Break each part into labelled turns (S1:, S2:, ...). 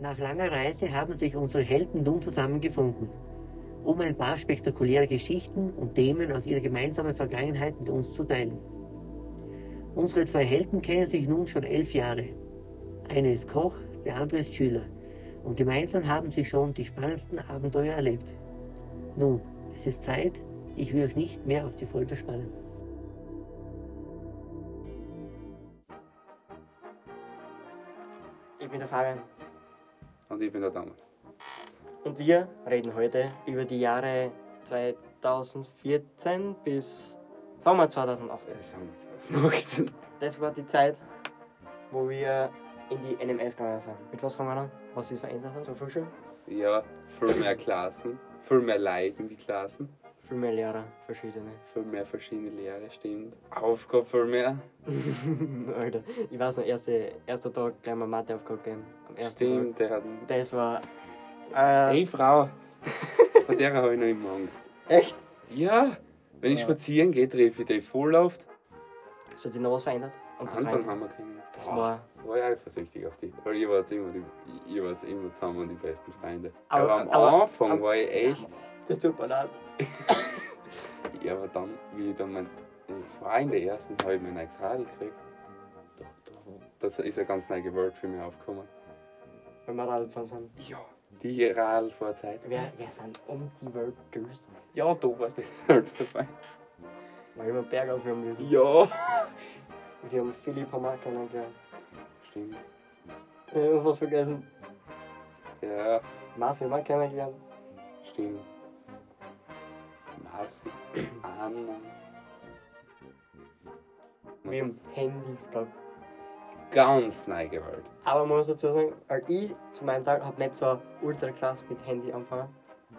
S1: Nach langer Reise haben sich unsere Helden nun zusammengefunden, um ein paar spektakuläre Geschichten und Themen aus ihrer gemeinsamen Vergangenheit mit uns zu teilen. Unsere zwei Helden kennen sich nun schon elf Jahre. Einer ist Koch, der andere ist Schüler. Und gemeinsam haben sie schon die spannendsten Abenteuer erlebt. Nun, es ist Zeit, ich will euch nicht mehr auf die Folter spannen.
S2: Ich bin der Fabian
S3: Und ich bin der Dame.
S2: und wir reden heute über die Jahre 2014 bis Sommer 2018.
S3: Das haben wir das noch gesehen.
S2: Das war die Zeit, wo wir in die NMS gegangen sind. Mit was fangen wir an? Was sich verändert hat? So viel schon?
S3: Ja, viel mehr Klassen, viel mehr Leute in die Klassen,
S2: Viel mehr Lehrer, verschiedene.
S3: viel mehr verschiedene Lehre, stimmt. Aufgabe viel mehr.
S2: Alter, ich weiß noch, erste, erster Tag gleich mal Matheaufgabe gegeben. Am ersten
S3: Stimmt, der hat.
S2: Tag. Das war. Äh,
S3: Ey, Frau! Vor der habe ich noch immer Angst.
S2: echt?
S3: Ja, wenn ich
S2: Ja.
S3: spazieren gehe, treffe ich den Vorlauf.
S2: Es hat sich noch was verändert? Unsere
S3: Anton
S2: Freunde.
S3: haben wir kennen.
S2: Das war.
S3: war ich eifersüchtig auf die. Weil ihr wart immer, die, ihr wart immer zusammen die besten Freunde.
S2: Aber-
S3: Aber, am
S2: aber-
S3: Anfang
S2: aber-
S3: war ich echt.
S2: Das tut mir leid.
S3: Ja, aber dann, wie ich dann mein. Es war in der ersten, habe ich mein neues Radl gekriegt. Da- da- Das ist eine ganz neue Welt für mich aufgekommen.
S2: Wenn wir Radfahren sind.
S3: Ja, die Radlfahrzeit.
S2: Wer, wer sind um die Welt gewesen?
S3: Ja, du warst nicht dabei.
S2: Weil wir einen Berg aufhören müssen.
S3: Ja.
S2: Wir haben Philipp Hammer kennengelernt.
S3: Stimmt.
S2: Äh, Irgendwas vergessen.
S3: Ja,
S2: Marcel Hammer kennengelernt.
S3: stimmt. Massi. Anna.
S2: Wir haben Handys gehabt.
S3: Ganz neue Welt.
S2: Aber man muss dazu sagen, weil ich zu meinem Tag habe nicht so ultra krass mit Handy angefangen.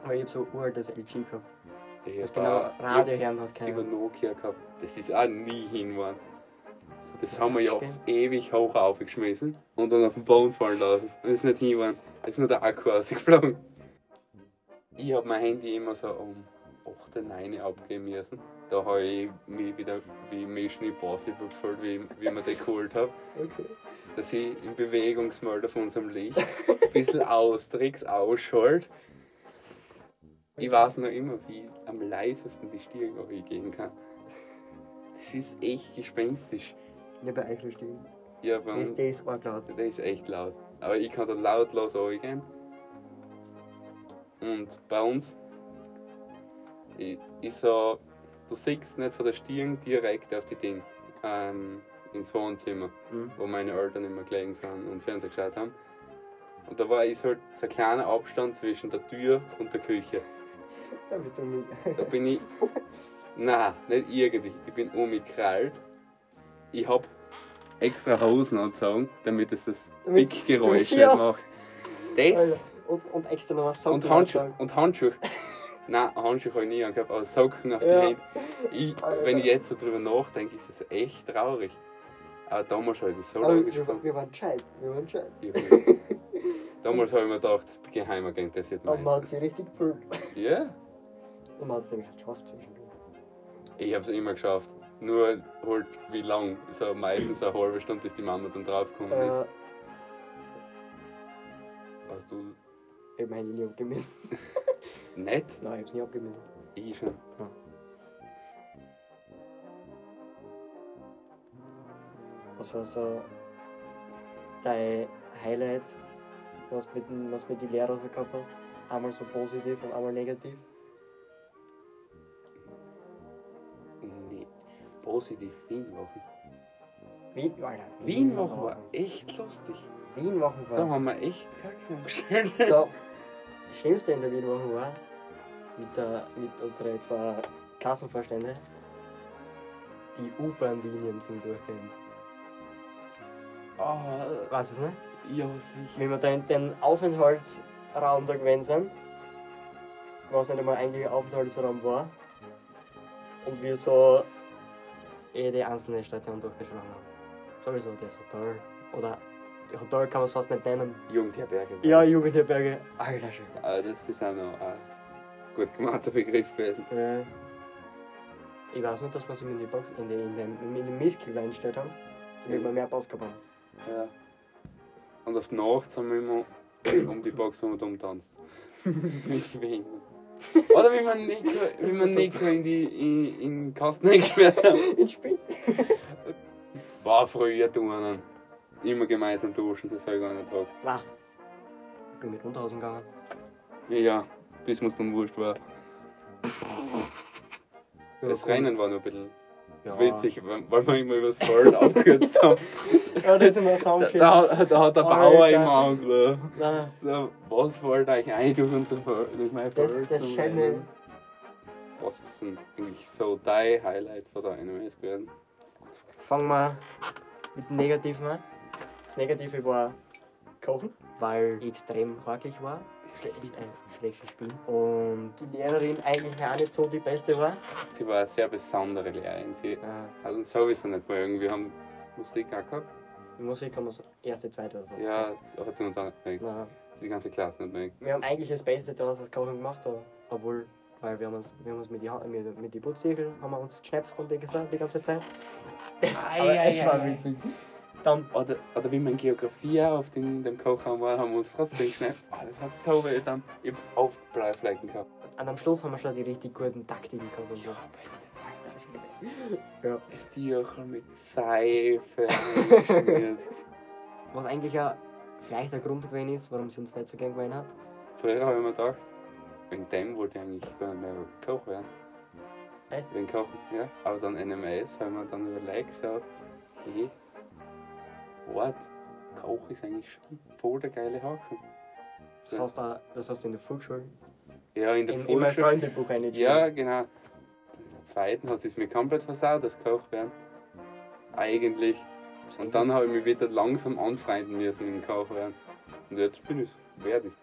S2: Weil ich hab so uraltes LG gehabt.
S3: ah, Ich
S2: Das
S3: hab
S2: genau
S3: auch-
S2: Radio hören hast
S3: über
S2: können.
S3: Nokia gehabt. Das ist auch nie hin worden. Das haben wir ja
S2: Stimmt.
S3: ewig hoch aufgeschmissen und dann auf den Boden fallen lassen. Und es ist nicht hin worden. Es ist nur der Akku rausgeflogen. Ich habe mein Handy immer so um 8, oder 9 Uhr abgeben müssen. Da habe ich mich wieder wie Mission Impossible gefühlt, wie, wie man den geholt habe.
S2: Okay.
S3: Dass ich im Bewegungsmelder von unserem Licht ein bisschen austrick's, ausschalte. Ich weiß noch immer, wie ich am leisesten die Stirn gehen kann. Das ist echt gespenstisch.
S2: Ja, bei Eichel stehen.
S3: Ja,
S2: Das,
S3: beim,
S2: das ist arg laut.
S3: das ist echt laut. Aber ich kann da lautlos runtergehen. Und bei uns i- ist so, du siehst nicht von der Stirn direkt auf die Ding ähm, ins Wohnzimmer
S2: Mhm.
S3: wo meine Eltern immer gelegen sind und Fernsehen geschaut haben. Und da war ist halt so ein kleiner Abstand zwischen der Tür und der Küche.
S2: Da bist du mit.
S3: Da bin ich. Na, nicht irgendwie. Ich bin umgekrallt. Ich hab extra Hosen angezogen, damit es das
S2: Damit's-
S3: Pickgeräusch
S2: Ja.
S3: nicht macht. Das
S2: Alter, Also, Und, und extra noch was
S3: und Handschuhe. Und Handschuhe. Nein, Handschuhe habe ich nie angehabt, aber Socken auf die
S2: Ja.
S3: Hände. Ich,
S2: Alter.
S3: wenn ich jetzt so drüber nachdenke, ist das echt traurig. Aber damals habe ich das so
S2: Aber
S3: traurig gefunden.
S2: wir, wir waren gescheit. Wir waren gescheit.
S3: Ich hab mir- Damals habe ich mir gedacht, Geheimagent, das wird
S2: Aber man hat
S3: meins.
S2: sie richtig gefühlt.
S3: Ja,
S2: Und man hat es nämlich auch geschafft zwischendurch.
S3: ich habe es immer geschafft. Nur halt wie lang, so meistens eine halbe Stunde, bis die Mama dann draufgekommen
S2: Äh,
S3: ist. Hast du
S2: ich hab mein Handy nie abgemessen.
S3: nicht?
S2: Nein, ich hab's nie abgemessen.
S3: Ich schon.
S2: Ja. Was war so dein Highlight, was mit, den- was mit den Lehrern so gehabt hast? Einmal so positiv und einmal negativ.
S3: Nee. Positiv, Wien machen.
S2: Wien, Alter,
S3: Wien machen war echt lustig.
S2: Wien machen
S3: Da
S2: war.
S3: haben wir echt Kacke angestellt.
S2: Da, das Schlimmste in der Wien machen war, mit, der, mit unseren zwei Klassenvorständen, die U-Bahn-Linien zum Durchgehen.
S3: Ah,
S2: Weiß es nicht?
S3: ja, sicher.
S2: Wenn wir da in den Aufenthaltsraum da gewesen sind, was nicht einmal eigentlich ein Aufenthaltsraum war, und wir so jede einzelne Station durchgeschlagen haben. Sowieso das Hotel. Oder Hotel kann man es fast nicht nennen.
S3: Jugendherberge.
S2: Ja, Jugendherberge. Alter schön.
S3: Ah, das ist auch noch ein gut gemeinter Begriff gewesen.
S2: Äh, ich weiß nicht, dass wir sie in die Box, in die, in den, in den Mistkübel eingestellt haben, damit wir mehr Pass gehabt haben.
S3: Ja. Und auf die Nacht sind wir immer um die Box rumtanzt. Mit Behinderten. Oder wie man Nico, wie man Nico in, die, in, in den Kasten eingesperrt hat.
S2: Ich bin.
S3: War früher Turnen. Immer gemeinsam duschen, das habe ich gar nicht gesagt.
S2: Wow. Ich bin mit Unterhosen gegangen.
S3: Ja, ja, bis mir dann wurscht war. Das Rennen war nur ein bisschen
S2: Ja.
S3: witzig, weil weil wir immer über das Feld abgekürzt haben.
S2: Ja, da hätte man
S3: Da,
S2: Zaun
S3: da, da hat der Bauer
S2: Alter.
S3: immer angerufen.
S2: Nein,
S3: So, was fällt euch ein durch, unser Feld, durch mein
S2: das,
S3: Feld
S2: das
S3: zum
S2: scheint
S3: Rennen?
S2: mir.
S3: Was ist denn eigentlich so dein Highlight von der NMS gewesen?
S2: Fangen wir mit dem Negativen an. Das Negative war Kochen, weil ich extrem hakelig war. Schle äh, schlecht gespielt. Und die Lehrerin eigentlich auch nicht so die beste war.
S3: Sie war eine sehr besondere Lehrerin. Sie
S2: Äh,
S3: hat uns Also sowieso nicht mehr irgendwie. Wir haben Musik auch gehabt.
S2: die Musik haben wir so erste, zweite oder so.
S3: Ja, da hat sie uns auch nicht mehr.
S2: Nein,
S3: Die ganze Klasse nicht mehr.
S2: wir haben eigentlich das Beste daraus als Kochen gemacht, so. obwohl, weil wir haben uns, wir haben uns mit die, Ha- mit, mit die Putzsegel haben wir uns geschnappt und die, gesa- die ganze Zeit. Das,
S3: Ei,
S2: aber
S3: ei,
S2: es
S3: ei,
S2: war
S3: ei.
S2: witzig. Dann,
S3: Oder, oder wie mein Geografie auch auf den, dem Kochraum war, haben wir uns trotzdem geschnappt. Ah, das hat so weh dann. Ich hab oft Bleiflecken gehabt.
S2: an am Schluss haben wir schon die richtig guten Taktiken gehabt und so. Ja.
S3: Das Tierchen mit Seife eingeschmiert.
S2: Was eigentlich ja vielleicht der Grund gewesen ist, warum sie uns nicht so gern gewesen hat.
S3: Früher habe ich mir gedacht, wegen dem wollte ich eigentlich gar nicht mehr Koch werden.
S2: Echt?
S3: Wegen Kochen, ja. Aber dann NMS haben wir dann überlegt, so, hey, what? Koch ist eigentlich schon voll der geile Haken.
S2: Das hast du, das hast du in der Volksschule,
S3: Ja, in der
S2: in, in mein
S3: Vorschule.
S2: Freundebuch
S3: Ja,
S2: eingeschrieben.
S3: genau. Im zweiten hat es mir komplett versaut, das Koch werden. Eigentlich. Und dann habe ich mich wieder langsam anfreunden müssen mit dem Koch werden. Und jetzt bin ich wert ist.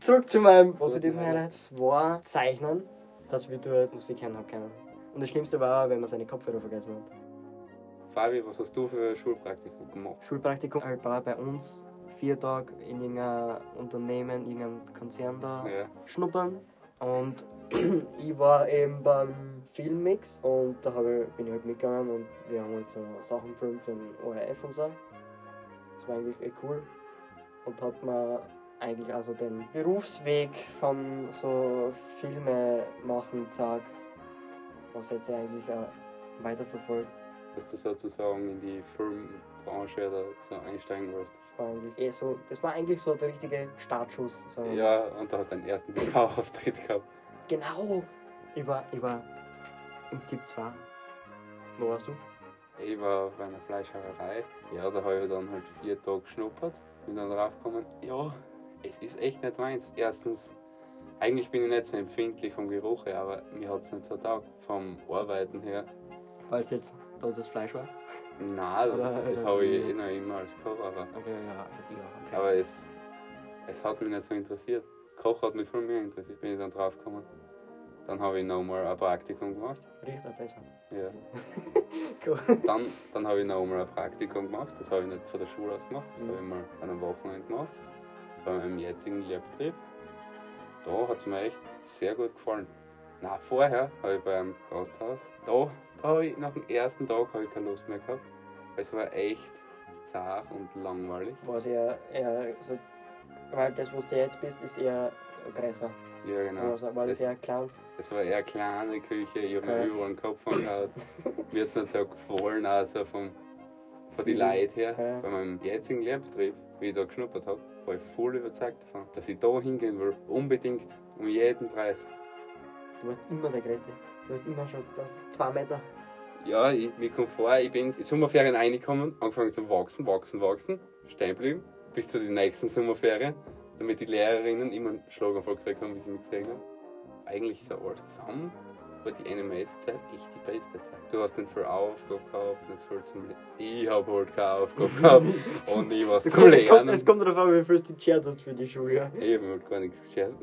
S2: Zurück zu meinem positiven Highlight. Das war Zeichnen, dass wir dort Musik hören haben können. Und das Schlimmste war, wenn man seine Kopfhörer vergessen hat.
S3: Fabi, was hast du für ein Schulpraktikum gemacht?
S2: Schulpraktikum halt war bei uns vier Tage in irgendeinem Unternehmen, irgendeinem Konzern da
S3: Ja.
S2: schnuppern. Und ich war eben beim Filmmix und da hab ich, bin ich halt mitgegangen und wir haben halt so Sachen gefilmt für den ORF und so. Das war eigentlich eh cool. Und hat mir eigentlich also den Berufsweg von so Filme machen gezeigt, was jetzt eigentlich auch weiterverfolgt.
S3: Dass du sozusagen in die Filmbranche oder so einsteigen willst.
S2: war eigentlich eh so, das war eigentlich so der richtige Startschuss. So.
S3: Ja, und du hast deinen ersten TV-Auftritt gehabt.
S2: Genau. Ich war, ich war im Tipp 2. Wo warst du?
S3: Ich war bei einer Fleischhauerei. Ja, da habe ich dann halt vier Tage geschnuppert. Bin dann draufgekommen, ja, es ist echt nicht meins. Erstens, eigentlich bin ich nicht so empfindlich vom Geruch her, aber mir hat es nicht so taugt. Vom Arbeiten her.
S2: Weil es jetzt da das Fleisch war?
S3: Nein,
S2: Oder-
S3: das, das
S2: oder
S3: habe
S2: wie
S3: ich eh
S2: jetzt?
S3: noch immer als Koch, aber,
S2: Okay, ja, ja.
S3: aber es, es hat mich nicht so interessiert. Koch hat mich viel mehr interessiert, bin ich dann draufgekommen. Dann habe ich nochmal ein Praktikum gemacht.
S2: Riecht auch besser.
S3: Ja.
S2: Cool.
S3: Dann, dann habe ich noch einmal ein Praktikum gemacht. Das habe ich nicht von der Schule aus gemacht, das
S2: Mhm.
S3: habe ich mal an einem Wochenende gemacht. Bei meinem jetzigen Lehrbetrieb. Da hat es mir echt sehr gut gefallen. Na, vorher habe ich beim Gasthaus, da, da habe ich nach dem ersten Tag habe ich keine Lust mehr gehabt. Es war echt zart und langweilig.
S2: War es eher, eher so, weil das, was du jetzt bist, ist eher größer.
S3: Ja, genau.
S2: So, war das
S3: Es,
S2: eher kleins.
S3: es war eher eine kleine Küche, ich habe
S2: Okay.
S3: mir überall den Kopf angehaut. Mir hat es nicht so gefallen, also vom, von den
S2: Mhm.
S3: Leuten her.
S2: Ja.
S3: Bei meinem jetzigen Lehrbetrieb, wie ich da geschnuppert habe, war ich voll überzeugt davon, dass ich da hingehen will. Unbedingt, um jeden Preis.
S2: Du warst immer der Größte. Du warst immer schon das- zwei Meter.
S3: Ja, ich, mir kommt vor, ich bin in die Sommerferien reingekommen, angefangen zu wachsen, wachsen, wachsen, stehen geblieben, bis zu den nächsten Sommerferien, damit die Lehrerinnen immer einen Schlaganfall gekriegt haben, wie sie mich gesehen haben. Eigentlich so alles zusammen war die NMS-Zeit echt die beste Zeit. Du hast nicht viel Aufgabe gehabt, nicht viel zum Lernen. Ich habe halt keine Aufgabe gehabt und nie was
S2: Es
S3: zum
S2: kommt, es kommt,
S3: Lernen.
S2: es kommt darauf an, wie viel du geschert hast für die Schule. Ja.
S3: Ich habe halt gar nichts geschert.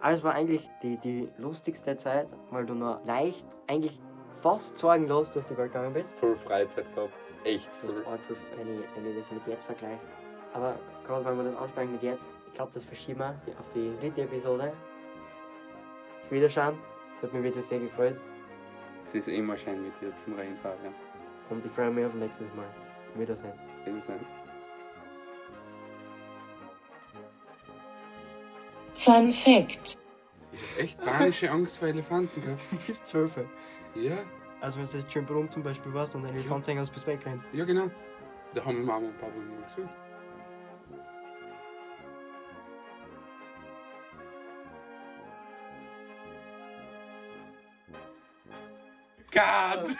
S2: Aber es war eigentlich die, die lustigste Zeit, weil du nur leicht, eigentlich fast sorgenlos durch die Welt gegangen bist.
S3: voll Freizeit gehabt. Echt
S2: Du hast
S3: voll.
S2: arg viel, wenn ich, wenn ich das mit jetzt vergleiche. Aber gerade wenn wir das ansprechen mit jetzt, ich glaube, das verschieben wir auf die dritte Episode. Auf Wiederschauen. Es hat mich wirklich sehr gefreut
S3: Es ist immer schön mit dir zum Reinfahren.
S2: und ich freue mich auf nächstes Mal. Wiedersehen.
S3: Wiedersehen.
S4: Fun Fact.
S3: Ich hab echt panische Angst vor Elefanten gehabt.
S5: Bis 12.
S3: Ja,
S2: Also wenn du jetzt schön berühmt zum Beispiel warst und ein Elefant sein hast, bist du wegrennt.
S3: ja genau. Da haben Mama und Papa mir gesucht. Gott!